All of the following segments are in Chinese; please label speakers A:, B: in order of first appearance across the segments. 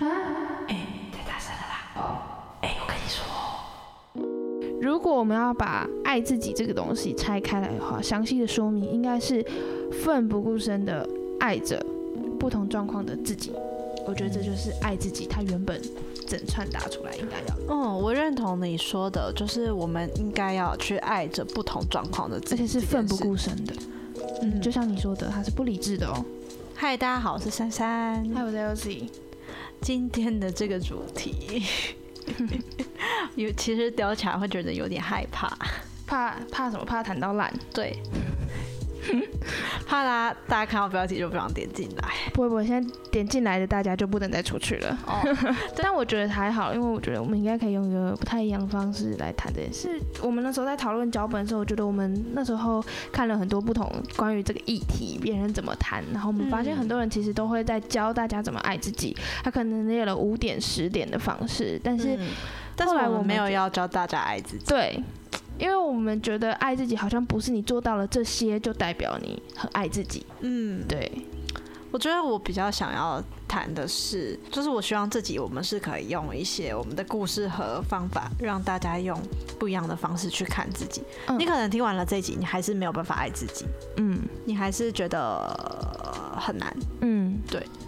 A: 哦果我们要把爱自己这个东西拆开来的话，详细的说明应该是奋不顾身的爱着不同状况的自己。我觉得这就是爱自己，它原本整串打出来应该要有，
B: 嗯，我认同你说的，就是我们应该要去爱着不同状况的自
A: 而
B: 己，
A: 且是奋不。顾身的。嗯，
B: 嗯
A: 就像你说的，它是不理智的哦。
B: 嗨，大家好，我是珊珊。
A: 还有 ZOC，
B: 今天的这个主题， 有其实聊起来会觉得有点害怕，
A: 怕怕什么？怕谈到烂？
B: 对， 怕大家大家看到标题就不想点进来。
A: 不会不会，现在点进来的大家就不能再出去了。
B: 哦，
A: 但我觉得还好，因为我觉得我们应该可以用一个不太一样的方式来谈这件事。我们那时候在讨论脚本的时候，我觉得我们那时候看了很多不同关于这个议题，别人怎么谈，然后我们发现
B: 嗯
A: 很多人其实都会在教大家怎么爱自己，他可能列了五点、十点的方式，但是、
B: 嗯但是
A: 后来
B: 我
A: 我
B: 们没
A: 们
B: 有
A: 就
B: 要教大家爱自己。
A: 对。因为我们觉得爱自己好像不是你做到了这些就代表你很爱自己，
B: 嗯，
A: 对，
B: 我觉得我比较想要谈的是，就是我希望自己我们是可以用一些我们的故事和方法，让大家用不一样的方式去看自己。
A: 嗯
B: 你可能听完了这一集，你还是没有办法爱自己，
A: 嗯
B: 你还是觉得、呃很难。
A: 嗯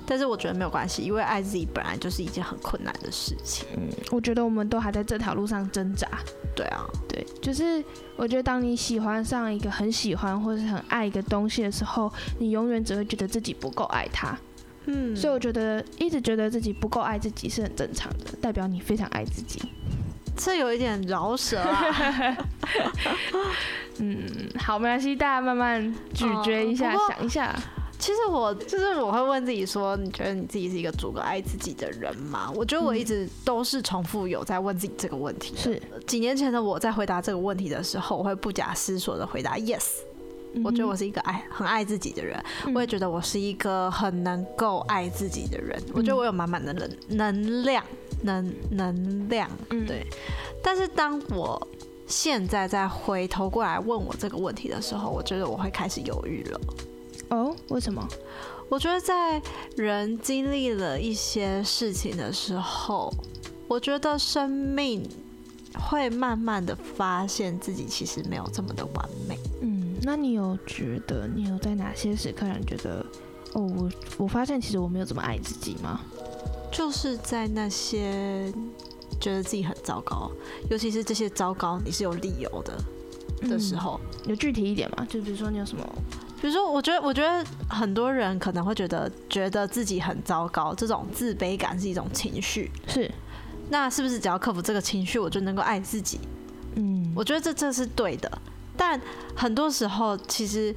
B: 但是我觉得没有关系，因为爱自己本来就是一件很困难的事情。
A: 嗯，我觉得我们都还在这条路上挣扎，
B: 对啊，
A: 对，就是我觉得当你喜欢上一个很喜欢或是很爱一个东西的时候，你永远只会觉得自己不够爱它。
B: 嗯，
A: 所以我觉得一直觉得自己不够爱自己是很正常的，代表你非常爱自己。
B: 这有一点饶舌 啊，
A: 嗯，好，没关系，大家慢慢咀嚼一下，
B: 哦不过
A: 想一下。
B: 其实我就是我会问自己说，你觉得你自己是一个足够爱自己的人吗？我觉得我一直都是重复有在问自己这个问题的。
A: 嗯是，
B: 几年前的我在回答这个问题的时候，我会不假思索的回答 yes。我觉得我是一个爱很爱自己的人，
A: 嗯
B: 我也觉得我是一个很能够爱自己的人。我觉得我有满满的能能量，能能量。
A: 嗯
B: 对但是当我现在再回头过来问我这个问题的时候，我觉得我会开始犹豫了。
A: 哦，为什么？
B: 我觉得在人经历了一些事情的时候，我觉得生命会慢慢的发现自己其实没有这么的完美。
A: 嗯，那你有觉得你有在哪些时刻让你觉得，哦，我我发现其实我没有这么爱自己吗？
B: 就是在那些觉得自己很糟糕，尤其是这些糟糕你是有理由的的时
A: 嗯
B: 候，
A: 有具体一点吗？就比如说你有什么？
B: 比如说，我觉得我觉得很多人可能会觉得觉得自己很糟糕，这种自卑感是一种情绪。
A: 是，
B: 那是不是只要克服这个情绪，我就能够爱自己？
A: 嗯，
B: 我觉得这这是对的，但很多时候其实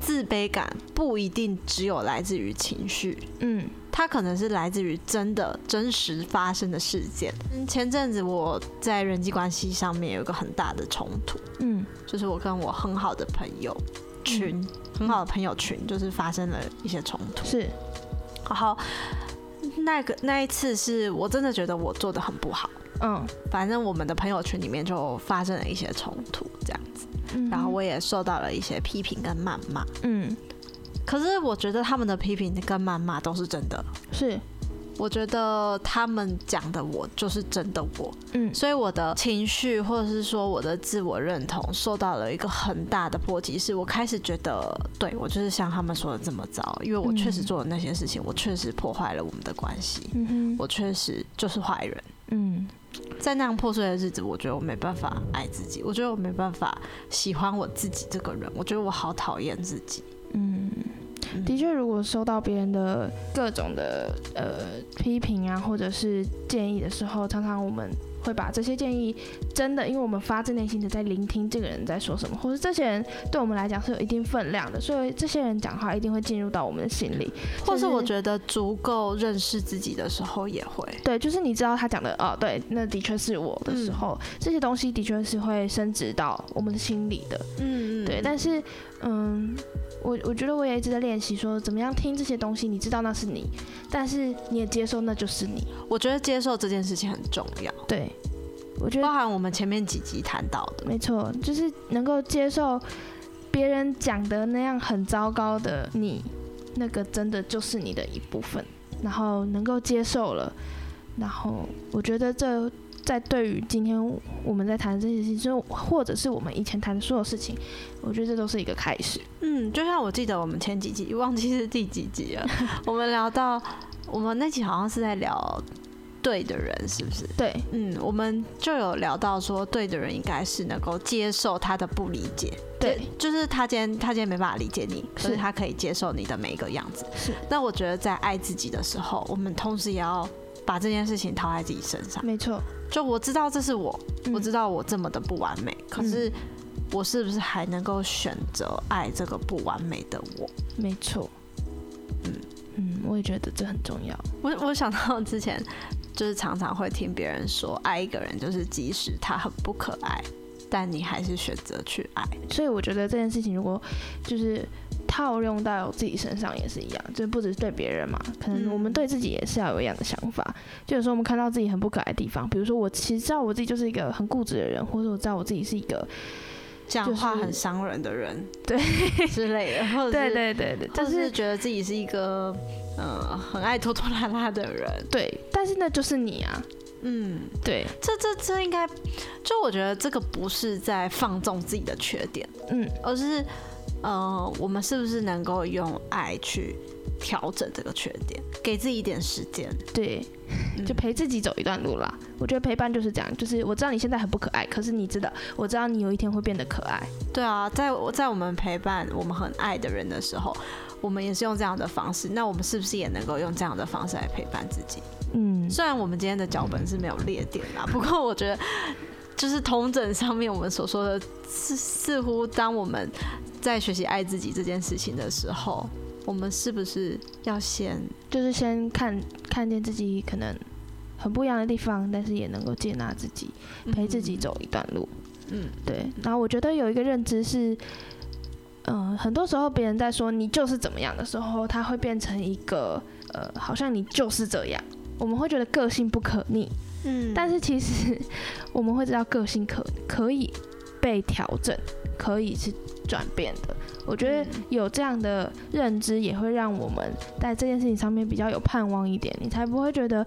B: 自卑感不一定只有来自于情绪，
A: 嗯
B: 它可能是来自于真的真实发生的事件。嗯前阵子我在人际关系上面有一个很大的冲突，
A: 嗯
B: 就是我跟我很好的朋友群，很好的朋友群，就是发生了一些冲突。
A: 是，
B: 然后那个那一次是我真的觉得我做的很不好，
A: 嗯，
B: 反正我们的朋友圈里面就发生了一些冲突，这样子。然后我也受到了一些批评跟谩骂，
A: 嗯
B: 可是我觉得他们的批评跟谩骂都是真的，
A: 是
B: 我觉得他们讲的我就是真的我，
A: 嗯
B: 所以我的情绪或者是说我的自我认同受到了一个很大的波及，是我开始觉得对我就是像他们说的这么糟，因为我确实
A: 嗯
B: 做了那些事情，我确实破坏了我们的关系，
A: 嗯哼
B: 我确实就是坏人。
A: 嗯
B: 在那样破碎的日子，我觉得我没办法爱自己，我觉得我没办法喜欢我自己这个人，我觉得我好讨厌自己。
A: 嗯，的确，如果收到别人的各种的呃批评啊，或者是建议的时候，常常我们会把这些建议真的，因为我们发自内心的在聆听这个人在说什么，或是这些人对我们来讲是有一定分量的，所以这些人讲话一定会进入到我们的心里。
B: 或是
A: 就是
B: 我觉得足够认识自己的时候也会。
A: 对，就是你知道他讲的哦，对，那的确是我的时候，这些东西的确是会升值到我们的心里的。
B: 嗯
A: 对，但是，嗯，我我觉得我也一直在练习说，怎么样听这些东西，你知道那是你，但是你也接受那就是你。
B: 我觉得接受这件事情很重要，
A: 对，我觉得
B: 包含我们前面几集谈到的。
A: 没错，就是能够接受别人讲的那样很糟糕的你，那个真的就是你的一部分，然后能够接受了，然后我觉得这在对于今天我们在谈这些事情，就或者是我们以前谈的所有事情，我觉得这都是一个开始。
B: 嗯，就像我记得我们前几集忘记是第几集 了，我们聊到我们那集好像是在聊对的人，是不是？
A: 对，
B: 嗯，我们就有聊到说，对的人应该是能够接受他的不理解，
A: 对
B: 就，就是他今天他今天没办法理解你，可是
A: 是
B: 他可以接受你的每一个样子。
A: 是，
B: 那我觉得在爱自己的时候，我们同时也要把这件事情套在自己身上。
A: 没错，
B: 就我知道这是我，
A: 嗯
B: 我知道我这么的不完美，可是我是不是还能够选择爱这个不完美的我？
A: 没错。嗯嗯，我也觉得这很重要。
B: 我我想到之前就是常常会听别人说，爱一个人就是即使他很不可爱，但你还是选择去爱。
A: 所以我觉得这件事情如果就是套用到自己身上也是一样，就不只是对别人嘛，可能
B: 嗯
A: 我们对自己也是要有一样的想法。就有时候我们看到自己很不可爱的地方，比如说我其实知道我自己就是一个很固执的人，或者我知道我自己是一个
B: 讲话
A: 就是
B: 很伤人的人，
A: 对
B: 之类的，或者是
A: 对，对对对，
B: 或
A: 但
B: 者是
A: 是
B: 觉得自己是一个呃很爱拖拖拉拉的人，
A: 对，但是那就是你啊，
B: 嗯，
A: 对，
B: 这这这应该，就我觉得这个不是在放纵自己的缺点，
A: 嗯，
B: 而是呃我们是不是能够用爱去调整这个缺点，给自己一点时间，
A: 对，就陪自己走一段路啦。我觉得陪伴就是这样，就是我知道你现在很不可爱，可是你知道，我知道你有一天会变得可爱。
B: 对啊，在我在我们陪伴我们很爱的人的时候，我们也是用这样的方式。那我们是不是也能够用这样的方式来陪伴自己？
A: 嗯，
B: 虽然我们今天的脚本是没有列点啦， 不过我觉得就是同整上面我们所说的，似似乎当我们在学习爱自己这件事情的时候，我们是不是要先
A: 就是先看看见自己可能很不一样的地方，但是也能够接纳自己，陪自己？走一段路。
B: 嗯，
A: 对。然后我觉得有一个认知是，嗯、很多时候别人在说你就是怎么样的时候，他会变成一个呃，好像你就是这样。我们会觉得个性不可逆，
B: 嗯，
A: 但是其实我们会知道个性可可以被调整，可以是转变的。我觉得
B: 嗯
A: 有这样的认知，也会让我们在这件事情上面比较有盼望一点，你才不会觉得。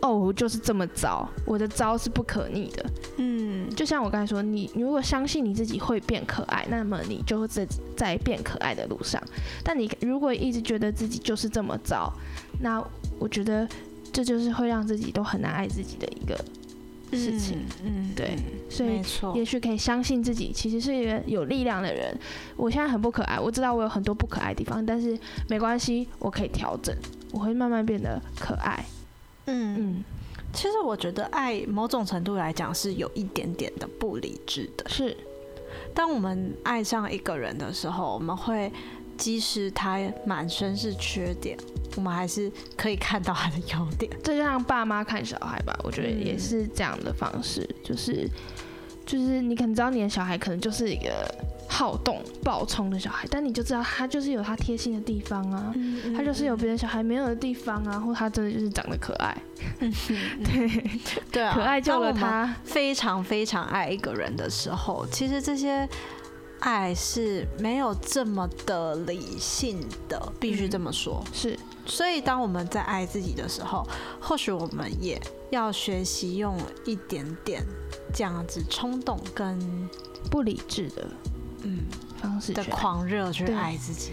A: 哦，我就是这么糟，我的糟是不可逆的。
B: 嗯，
A: 就像我刚才说，你你如果相信你自己会变可爱，那么你就会在在变可爱的路上。但你如果一直觉得自己就是这么糟，那我觉得这就是会让自己都很难爱自己的一个事情。
B: 嗯，嗯，
A: 对
B: 嗯
A: 所以
B: 没错
A: 也，许可以相信自己，其实是一个有力量的人。我现在很不可爱，我知道我有很多不可爱的地方，但是没关系，我可以调整，我会慢慢变得可爱。
B: 嗯
A: 嗯，
B: 其实我觉得爱某种程度来讲是有一点点的不理智的。
A: 是，
B: 当我们爱上一个人的时候，我们会即使他满身是缺点，我们还是可以看到他的优点。
A: 这就像爸妈看小孩吧，我觉得也是这样的方式，就是就是你可能知道你的小孩可能就是一个好动、暴冲的小孩，但你就知道他就是有他贴心的地方啊。
B: 嗯
A: 他就是有别的小孩没有的地方啊，或他真的就是长得可爱，
B: 对啊，
A: 可爱救
B: 当
A: 了
B: 我们
A: 他。
B: 非常非常爱一个人的时候，其实这些爱是没有这么的理性的，必须这么说。
A: 是，
B: 所以，当我们在爱自己的时候，或许我们也要学习用一点点这样子冲动跟
A: 不理智的
B: 嗯
A: 方式
B: 的
A: 去爱
B: 狂热去
A: 对
B: 爱自己。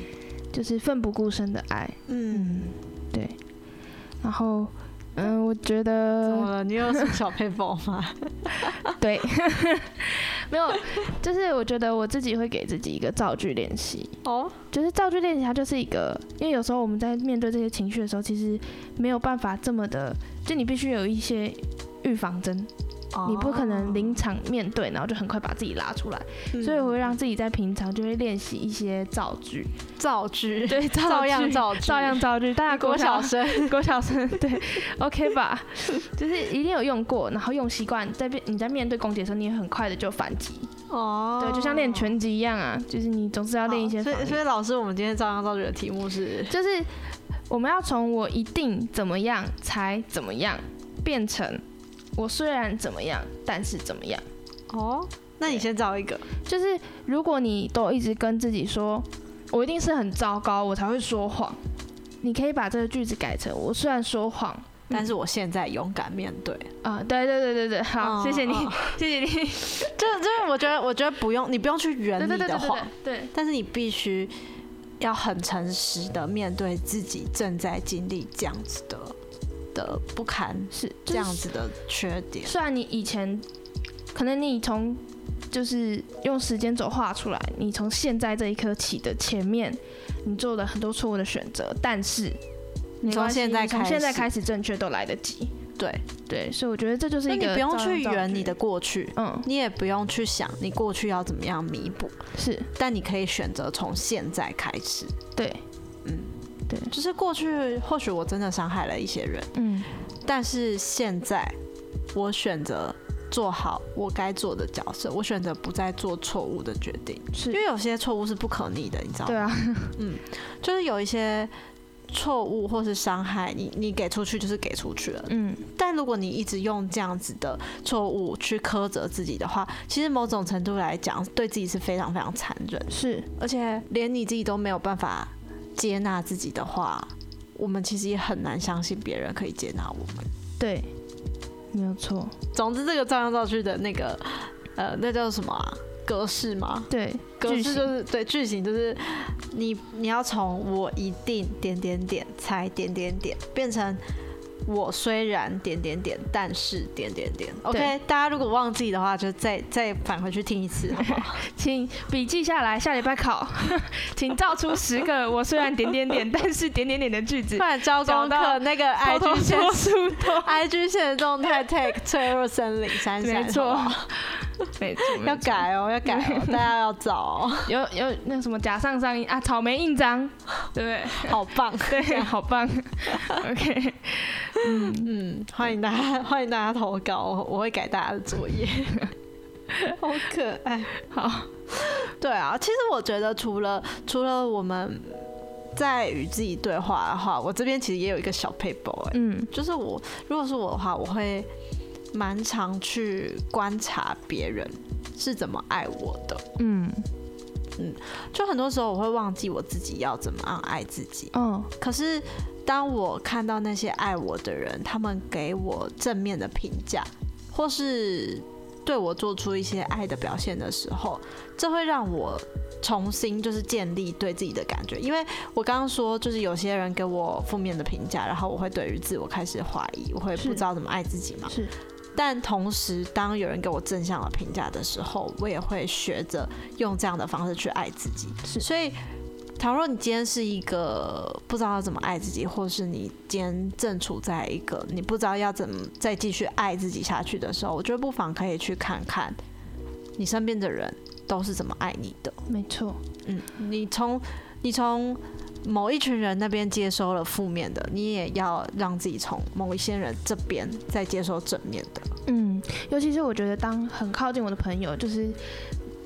A: 就是奋不顾身的爱。
B: 嗯，
A: 对。然后，嗯，我觉
B: 怎么
A: 得
B: 了？你有什么小配包吗？
A: 对， 没有，就是我觉得我自己会给自己一个造句练习，
B: 哦，
A: 就是造句练习它就是一个，因为有时候我们在面对这些情绪的时候，其实没有办法这么的，就你必须有一些预防针，
B: 哦
A: 你不可能临场面对，然后就很快把自己拉出来，
B: 嗯，
A: 所以我会让自己在平常就会练习一些造 句，
B: 造句，
A: 对，
B: 照样
A: 样
B: 造句，
A: 照样造句，大家
B: 国
A: 国
B: 小
A: 小
B: 生。
A: 郭小生，对，OK 吧？就是一定有用过，然后用习惯，在面你在面对攻击的时候，你也很快的就反击。
B: 哦，
A: 对，就像练拳击一样啊，就是你总是要
B: 好，
A: 练一些
B: 所
A: 反
B: 以，
A: 击
B: 所以老师，我们今天照样造句的题目是，
A: 就是我们要从我一定怎么样才怎么样，变成我虽然怎么样，但是怎么样。
B: 哦，那你先造一个，
A: 就是如果你都一直跟自己说，我一定是很糟糕，我才会说谎，你可以把这个句子改成我虽然说谎，
B: 但是我现在勇敢面对，
A: 啊，对对对对对，好，
B: 嗯
A: 谢谢你
B: 嗯，
A: 谢谢你，
B: 这这我觉得我觉得不用你不用去圆
A: 对
B: 你
A: 对对
B: 的
A: 对
B: 谎
A: 对，对，
B: 但是你必须要很诚实的面对自己正在经历这样子的的不堪，
A: 是
B: 这样。
A: 就是
B: 子的缺点。
A: 虽然你以前可能你从就是用时间轴画出来，你从现在这一刻起的前面，你做了很多错误的选择，但是
B: 你
A: 没
B: 从
A: 关系
B: 现在
A: 你从
B: 开
A: 现在
B: 始
A: 开始正确都来得及。
B: 对，
A: 对，所以我觉得这就是
B: 那
A: 一
B: 你
A: 个
B: 不用
A: 照样
B: 去
A: 造
B: 圆你
A: 句
B: 的，过去，
A: 嗯，
B: 你也不用去想你过去要怎么样弥补，
A: 是
B: 但你可以选择从现在开始。
A: 对，
B: 就是过去或许我真的伤害了一些人，
A: 嗯，
B: 但是现在我选择做好我该做的角色，我选择不再做错误的决定，因
A: 是，
B: 为有些错误是不可逆的，你知道吗？
A: 对啊，
B: 就是有一些错误或是伤害，你你给出去就是给出去了。
A: 嗯，
B: 但如果你一直用这样子的错误去苛责自己的话，其实某种程度来讲，对自己是非常非常残忍，
A: 是
B: 而且连你自己都没有办法接纳自己的话，我们其实也很难相信别人可以接纳我们。
A: 对，没有错，
B: 总之，这个照样造句的那个，呃，那叫什么啊？格式吗？
A: 对，
B: 格
A: 句
B: 式
A: 型
B: 就是对句型就是你你要从我一定点点点才点点点变成我虽然点点点但是点点点。OK，大家如果忘记的话，就再再返回去听一次，好不好？
A: 请笔记下来，下礼拜考， 请造出十个我虽然点点点，但是点点点的句子
B: 不。然交功
A: 讲到
B: 课那个
A: 偷 偷
B: IG 现
A: 说出头，
B: IG 现的动态 take 脆弱森林闪闪，
A: 没错
B: 好不好，
A: 没错，没
B: 要
A: 错
B: 改哦，要改 哦，大家要找哦，
A: 有有那个什么假上上印啊，草莓印章，对
B: 好棒。
A: 不对？对，好棒。OK，
B: 嗯，欢迎大家，欢迎大家投稿，我我会改大家的作业。 好可爱，
A: 好，
B: 对啊，其实我觉得除了除了我们在与自己对话的话，我这边其实也有一个小 paper，、欸、
A: 嗯
B: 就是我如果是我的话，我会蛮常去观察别人是怎么爱我的，
A: 嗯
B: 就很多时候我会忘记我自己要怎么样爱自己，
A: 哦，
B: 可是当我看到那些爱我的人，他们给我正面的评价，或是对我做出一些爱的表现的时候，这会让我重新就是建立对自己的感觉。因为我刚刚说，就是有些人给我负面的评价，然后我会对于自我开始怀疑，我会
A: 是
B: 不知道怎么爱自己嘛。
A: 是
B: 但同时，当有人给我正向的评价的时候，我也会学着用这样的方式去爱自己。
A: 是
B: 所以，倘若你今天是一个不知道要怎么爱自己，或是你今天正处在一个你不知道要怎么再继续爱自己下去的时候，我觉得不妨可以去看看你身边的人都是怎么爱你的。
A: 没错，
B: 嗯，你从你从某一群人那边接收了负面的，你也要让自己从某一些人这边再接收正面的。
A: 嗯，尤其是我觉得当很靠近我的朋友，就是。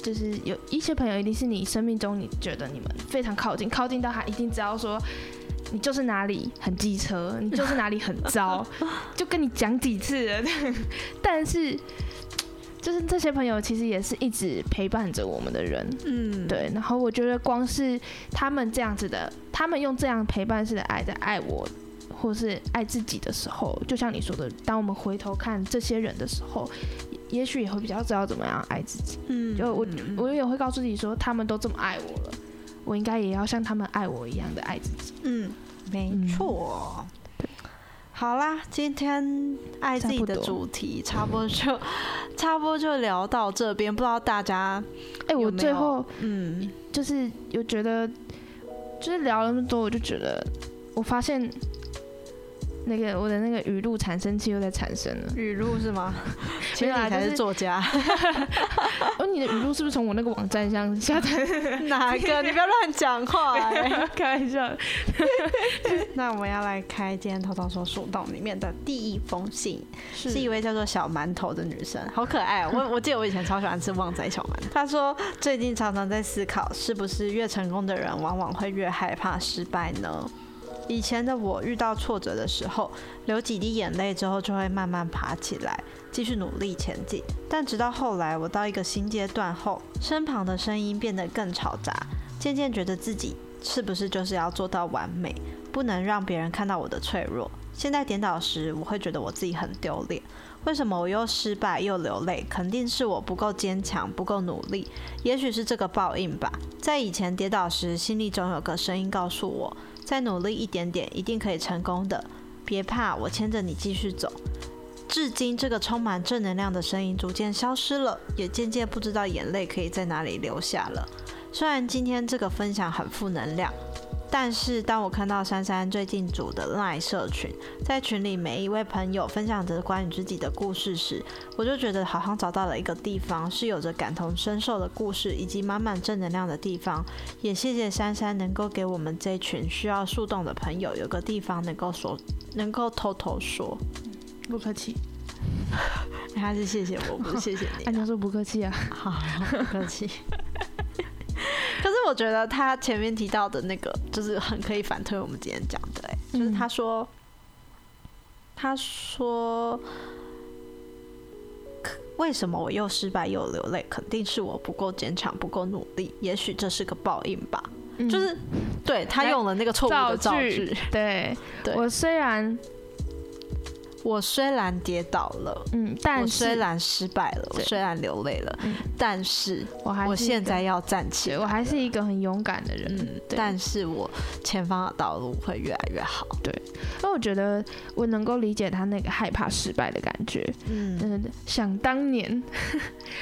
A: 就是有一些朋友，一定是你生命中你觉得你们非常靠近，靠近到他一定知道说，你就是哪里很机车，你就是哪里很糟，就跟你讲几次了。但是，就是这些朋友其实也是一直陪伴着我们的人，
B: 嗯，
A: 对，然后我觉得光是他们这样子的，他们用这样陪伴式的爱在爱我，或是爱自己的时候，就像你说的，当我们回头看这些人的时候，也也许也会比较知道怎么样爱自己。
B: 嗯
A: 就我
B: 嗯
A: 我也会告诉自己说，他们都这么爱我了，我应该也要像他们爱我一样的爱自己。
B: 嗯，没
A: 嗯
B: 错。好啦，今天爱自己的
A: 差不多
B: 主题差不多就差不多就聊到这边，不知道大家
A: 哎、我
B: 有没
A: 最
B: 有
A: 后
B: 嗯
A: 就是有觉得，就是聊了那么多，我就觉得，我发现那个我的那个语录产生器又在产生了。
B: 语录是吗？其实
A: 没有啊
B: 你才
A: 就是是
B: 作 家，
A: 哦，你的语录是不是从我那个网站上下载？
B: 哪 个？你不要乱讲话、欸。
A: 开玩笑，
B: 那我们要来开今天偷偷说树洞里面的第一封信，
A: 是
B: 是一位叫做小馒头的女生，好可爱、哦。我我记得我以前超喜欢吃旺仔小馒头。 她说最近常常在思考，是不是越成功的人往往会越害怕失败呢？以前的我遇到挫折的时候，流几滴眼泪之后就会慢慢爬起来，继续努力前进。但直到后来，我到一个新阶段后，身旁的声音变得更嘈杂，渐渐觉得自己是不是就是要做到完美，不能让别人看到我的脆弱，现在颠倒时，我会觉得我自己很丢脸。为什么我又失败又流泪？肯定是我不够坚强，不够努力。也许是这个报应吧。在以前跌倒时，心里总有个声音告诉我：再努力一点点，一定可以成功的。别怕，我牵着你继续走。至今，这个充满正能量的声音逐渐消失了，也渐渐不知道眼泪可以在哪里流下了。虽然今天这个分享很负能量，但是当我看到珊珊最近组的 LINE 社群，在群里每一位朋友分享着关于自己的故事时，我就觉得好像找到了一个地方，是有着感同身受的故事以及满满正能量的地方。也谢谢珊珊能够给我们这群需要树洞的朋友有个地方能够说，能够偷偷说。
A: 不客气，
B: 还是谢谢我，不是谢谢你
A: 按。家说不客气啊。
B: 好，不客气。可是我觉得他前面提到的那个，就是很可以反推我们今天讲的、欸，就是他说，他说，可为什么我又失败又流泪？肯定是我不够坚强，不够努力。也许这是个报应吧。
A: 嗯
B: 就是对他
A: 来
B: 用了那个错误的造句。
A: 对，
B: 对
A: 我虽然
B: 我虽然跌倒了，
A: 嗯，但
B: 我虽
A: 是
B: 然失败了，我
A: 对
B: 虽然流泪了，
A: 嗯
B: 但是
A: 我还
B: 我
A: 是
B: 现在要站起
A: 对
B: 来
A: 我还是一个很勇敢的人，
B: 嗯，
A: 对
B: 但是我前方的道路会越来越好。
A: 因为我觉得我能够理解他那个害怕失败的感觉。
B: 嗯，
A: 嗯，想当年，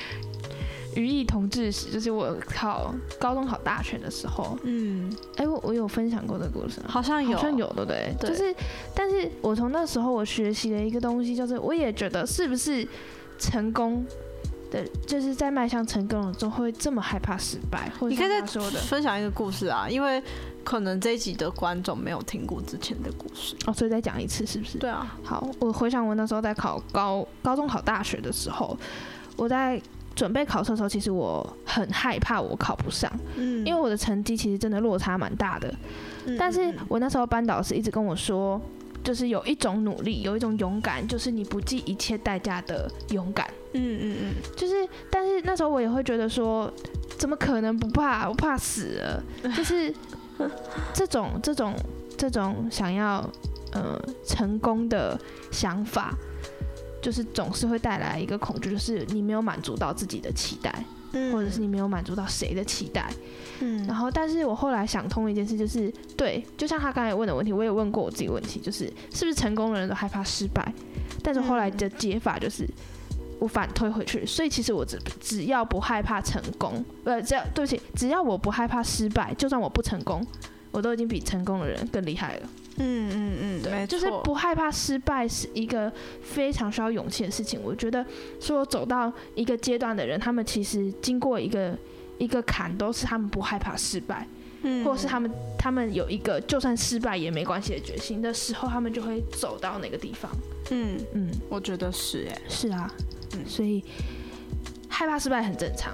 A: 于毅同志时，就是我考高中考大学的时候，
B: 嗯，
A: 哎、我我有分享过这个故事吗？
B: 好像有，
A: 好像有，对不对？
B: 对
A: 就是，但是我从那时候我学习了一个东西，就是我也觉得是不是成功的，就是在迈向成功了之后会这么害怕失败，或者
B: 你可以
A: 像
B: 再
A: 他说的
B: 分享一个故事啊，因为可能这一集的观众没有听过之前的故事。
A: 哦，所以再讲一次是不是？
B: 对啊，
A: 好，我回想我那时候在考高高中考大学的时候，我在准备考试的时候，其实我很害怕我考不上，
B: 嗯
A: 因为我的成绩其实真的落差蛮大的。
B: 嗯
A: 但是
B: 嗯嗯
A: 我那时候班导师一直跟我说，就是有一种努力，有一种勇敢，就是你不计一切代价的勇敢。
B: 嗯嗯嗯
A: 就是，但是那时候我也会觉得说，怎么可能不怕？我怕死了。就是这种这种这种想要呃成功的想法，就是总是会带来一个恐惧，就是你没有满足到自己的期待，
B: 嗯
A: 或者是你没有满足到谁的期待。
B: 嗯
A: 然后，但是我后来想通一件事，就是对，就像他刚才问的问题，我也问过我自己问题，就是是不是成功的人都害怕失败？但是后
B: 嗯
A: 来的解法就是。我反推回去，所以其实我只只要不害怕成功，呃，只要对不起，只要我不害怕失败，就算我不成功，我都已经比成功的人更厉害了。
B: 嗯嗯嗯，没
A: 就是
B: 错
A: 不害怕失败是一个非常需要勇气的事情。我觉得说走到一个阶段的人，他们其实经过一个一个坎，都是他们不害怕失败。
B: 嗯
A: 或是他们他们有一个就算失败也没关系的决心的时候，他们就会走到那个地方。
B: 嗯，
A: 嗯，
B: 我觉得是哎、
A: 是啊，
B: 嗯
A: 所以害怕失败很正常，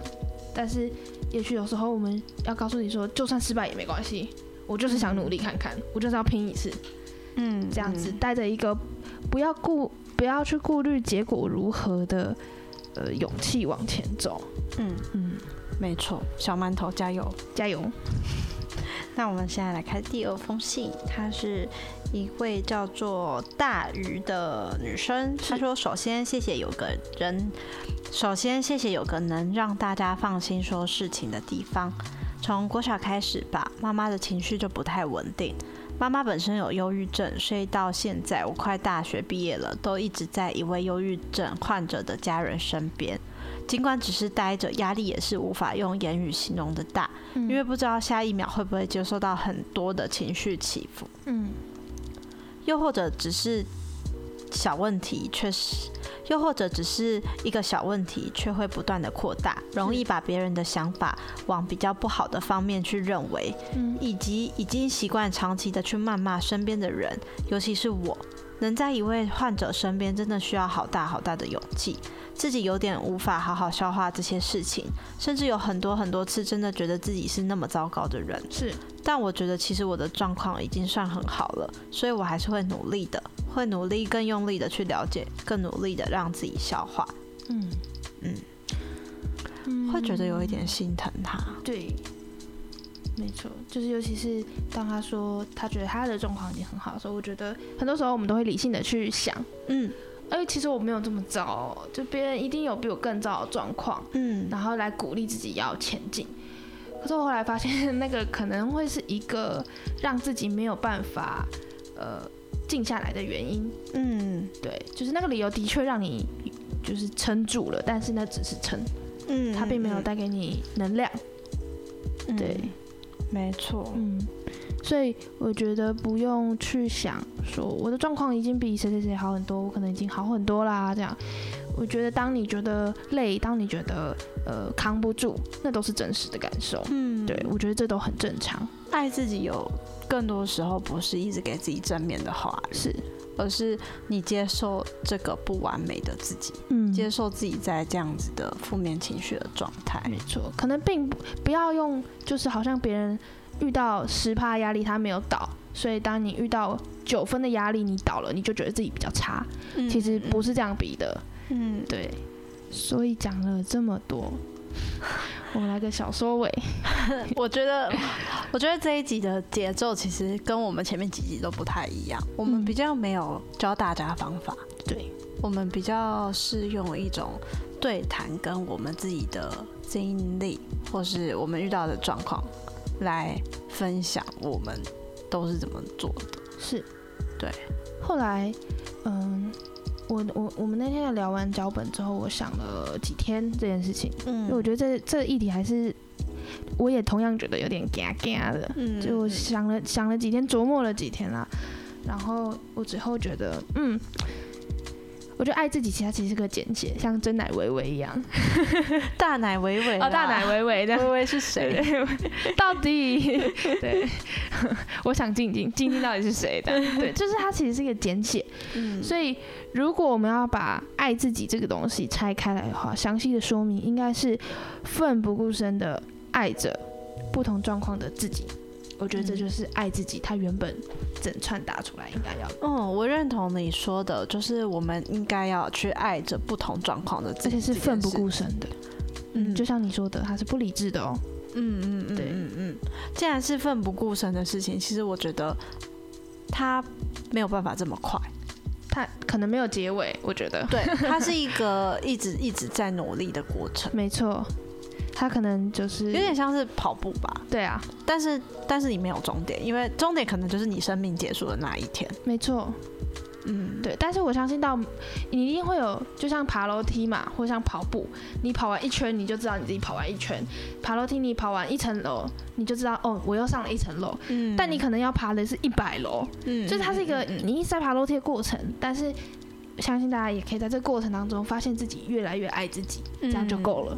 A: 但是也许有时候我们要告诉你说，就算失败也没关系，我就是想努力看看，我就是要拼一次，
B: 嗯，
A: 这样子带着一个不要顾不要去顾虑结果如何的呃勇气往前走。
B: 嗯，
A: 嗯，
B: 嗯，没错，小馒头加油。
A: 加油！
B: 那我们现在来看第二封信，她是一位叫做大鱼的女生。她说：“首先谢谢有个人，首先谢谢有个能让大家放心说事情的地方。从国小开始吧，妈妈的情绪就不太稳定。妈妈本身有忧郁症，所以到现在我快大学毕业了，都一直在一位忧郁症患者的家人身边。尽管只是待着，压力也是无法用言语形容的大。因
A: 嗯
B: 为不知道下一秒会不会接受到很多的情绪起伏，
A: 嗯
B: 又或者只是小问题，却是又或者只是一个小问题，却会不断的扩大，容易把别人的想法往比较不好的方面去认为，
A: 嗯
B: 以及已经习惯长期的去谩骂身边的人，尤其是我，能在一位患者身边，真的需要好大好大的勇气。自己有点无法好好消化这些事情，甚至有很多很多次真的觉得自己是那么糟糕的人。
A: 是
B: 但我觉得其实我的状况已经算很好了，所以我还是会努力的，会努力更用力的去了解，更努力的让自己消化，
A: 嗯
B: 会觉得有一点心疼他。
A: 对，嗯没错，就是尤其是当他说他觉得他的状况已经很好的时候，我觉得很多时候我们都会理性的去想，
B: 嗯
A: 哎，其实我没有这么糟，就别人一定有比我更糟的状况，
B: 嗯，
A: 然后来鼓励自己要前进。可是我后来发现，那个可能会是一个让自己没有办法呃静下来的原因。
B: 嗯
A: 对，就是那个理由的确让你就是撑住了，但是那只是撑，
B: 嗯，
A: 它并没有带给你能量。
B: 嗯
A: 对，
B: 没错，
A: 嗯，所以我觉得不用去想说我的状况已经比谁谁谁好很多，我可能已经好很多啦。这样，我觉得当你觉得累，当你觉得呃扛不住，那都是真实的感受。
B: 嗯，
A: 对，我觉得这都很正常。
B: 爱自己有更多时候不是一直给自己正面的话语，
A: 是，
B: 而是你接受这个不完美的自己，
A: 嗯
B: 接受自己在这样子的负面情绪的状态。
A: 没错，可能并不不要用，就是好像别人遇到十趴压力他没有倒，所以当你遇到九分的压力你倒了，你就觉得自己比较差。
B: 嗯
A: 其实不，是这样比的，
B: 嗯，
A: 对。所以讲了这么 多，我们来个小收尾。
B: 我觉得，我觉得这一集的节奏其实跟我们前面几集都不太一样，我们
A: 嗯
B: 比较没有教大家方法，
A: 对，
B: 我们比较是用一种对谈跟我们自己的经历，或是我们遇到的状况来分享我们都是怎么做的。
A: 是，
B: 对。
A: 后来，嗯，我我我们那天聊完脚本之后，我想了几天这件事情，因
B: 嗯
A: 为我觉得这这议题还是，我也同样觉得有点嘎嘎的。
B: 嗯
A: 就我想了想了几天，琢磨了几天啦，然后我最后觉得，嗯，我觉得爱自己，其实它其实是个简写，像真奶维维一样，
B: 大奶维维
A: 哦，大奶维维这样。
B: 维维是 谁？
A: 对，到底 对，我想静静，静静到底是谁 的？对，就是它其实是一个简写，
B: 嗯
A: 所以如果我们要把爱自己这个东西拆开来的话，详细的说明应该是奋不顾身的爱着不同状况的自己。我觉得
B: 嗯
A: 这就是爱自己，它原本整串打出来应该要，
B: 嗯，我认同你说的，就是我们应该要去爱着不同状况的自
A: 而
B: 己，
A: 且是奋不顾身的。嗯，
B: 嗯
A: 就像你说的，它是不理智的哦。
B: 嗯嗯嗯，
A: 对
B: 嗯嗯。既然是奋不顾身的事情，其实我觉得它没有办法这么快，
A: 它可能没有结尾，我觉 得。
B: 对，它是一个一直一直在努力的过程，
A: 没错，它可能就是
B: 有点像是跑步吧，
A: 对啊，
B: 但是但是你没有终点，因为终点可能就是你生命结束的那一天。
A: 没错，
B: 嗯，
A: 对。但是我相信到你一定会有，就像爬楼梯嘛，或像跑步，你跑完一圈你就知道你自己跑完一圈；爬楼梯你跑完一层楼，你就知道哦，我又上了一层楼。
B: 嗯
A: 但你可能要爬的是一百楼，
B: 嗯
A: 就是它是一个
B: 嗯嗯
A: 你一直在爬楼梯的过程，但是。相信大家也可以在这个过程当中发现自己越来越爱自己，
B: 嗯
A: 这样就够了。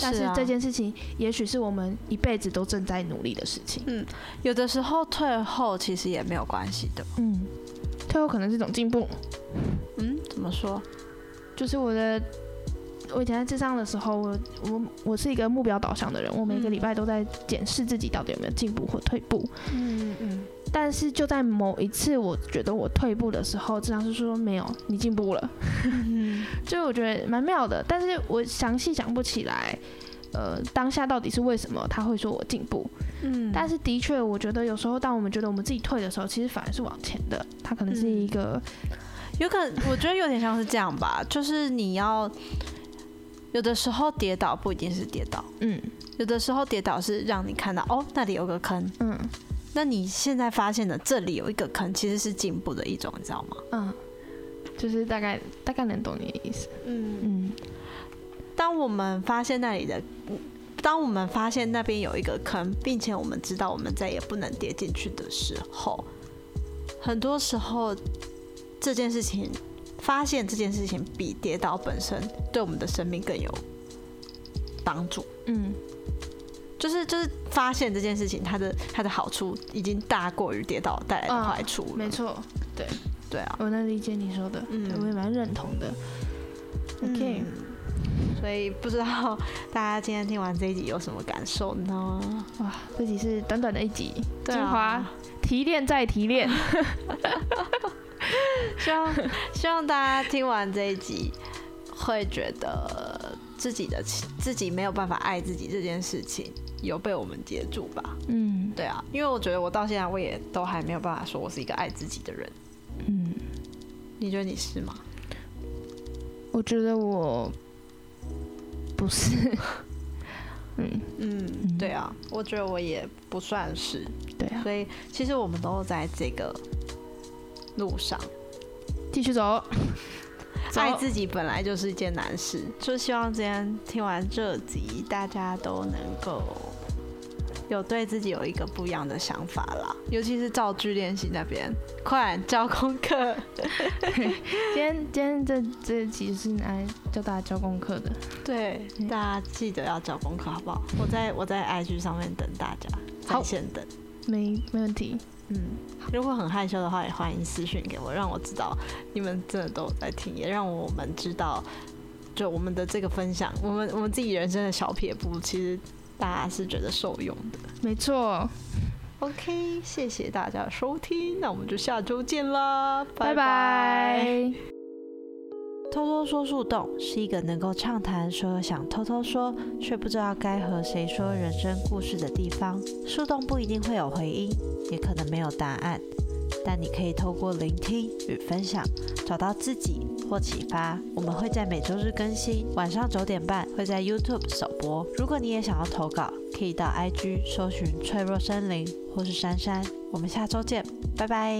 A: 但是
B: 啊
A: 这件事情，也许是我们一辈子都正在努力的事情。
B: 有的时候退后其实也没有关系的。
A: 嗯，退后可能是一种进步。
B: 嗯，怎么说？
A: 就是我的，我以前在智商的时候，我我我是一个目标导向的人，我每个
B: 嗯
A: 礼拜都在检视自己到底有没有进步或退步。
B: 嗯嗯
A: 但是就在某一次，我觉得我退步的时候，智商是说没有，你进步了，
B: 嗯
A: 就是我觉得蛮妙的。但是我详细想不起来，呃，当下到底是为什么他会说我进步？
B: 嗯
A: 但是的确，我觉得有时候当我们觉得我们自己退的时候，其实反而是往前的，它可能是
B: 嗯
A: 一个，
B: 有可能，我觉得有点像是这样吧， 就是你要有的时候跌倒不一定是跌倒，
A: 嗯
B: 有的时候跌倒是让你看到哦那里有个坑，
A: 嗯
B: 那你现在发现了这里有一个坑，其实是进步的一种，你知道吗？
A: 嗯，就是大概大概能懂你的意思，
B: 嗯，
A: 嗯。
B: 当我们发现那里的，当我们发现那边有一个坑，并且我们知道我们再也不能跌进去的时候，很多时候这件事情。发现这件事情比跌倒本身对我们的生命更有帮助。
A: 嗯，
B: 就是就是发现这件事情，它的它的好处已经大过于跌倒带来的
A: 嗯
B: 坏处、
A: 没，错，
B: 对啊。
A: 我能理解你说的，
B: 嗯
A: 对我也蛮认同的。OK，、
B: 嗯所以不知道大家今天听完这一集有什么感受呢？
A: 哇，这集是短短的一集，
B: 对
A: 精华
B: 啊，
A: 提炼再提 炼。
B: 希望 希望大家听完这一集会觉得自己的自己没有办法爱自己这件事情，有被我们接住吧。
A: 嗯
B: 对啊，因为我觉得我到现在我也都还没有办法说我是一个爱自己的人。
A: 嗯，
B: 你觉得你是吗？
A: 我觉得我不是， 嗯，
B: 嗯，对啊，我觉得我也不算是，
A: 对啊，
B: 所以其实我们都在这个路上。
A: 继续走，走
B: 爱自己本来就是一件难事，就希望今天听完这集，大家都能够有对自己有一个不一样的想法啦。尤其是造句练习那边，快点交功课。
A: 今 天今天这这集是来教大家交功课的，
B: 对，大家记得要交功课，好不好？我在我在 IG 上面等大家，在
A: 好
B: 线等。
A: 没没问题。
B: 嗯，如果很害羞的话，也欢迎私讯给我，让我知道你们真的都有在听，也让我们知道，就我们的这个分享，我们我们自己人生的小撇步，其实大家是觉得受用的。
A: 没错，
B: OK，谢谢大家的收听，那我们就下周见啦，
A: 拜
B: 拜
A: 拜。
B: 偷偷说树洞是一个能够畅谈所有想偷偷说却不知道该和谁说人生故事的地方。树洞不一定会有回音，也可能没有答案，但你可以透过聆听与分享找到自己或启发。我们会在每周日更新，晚上九点半会在 YouTube 首播。如果你也想要投稿，可以到 IG 搜寻“脆弱森林”或是“珊珊”。我们下周见，拜拜。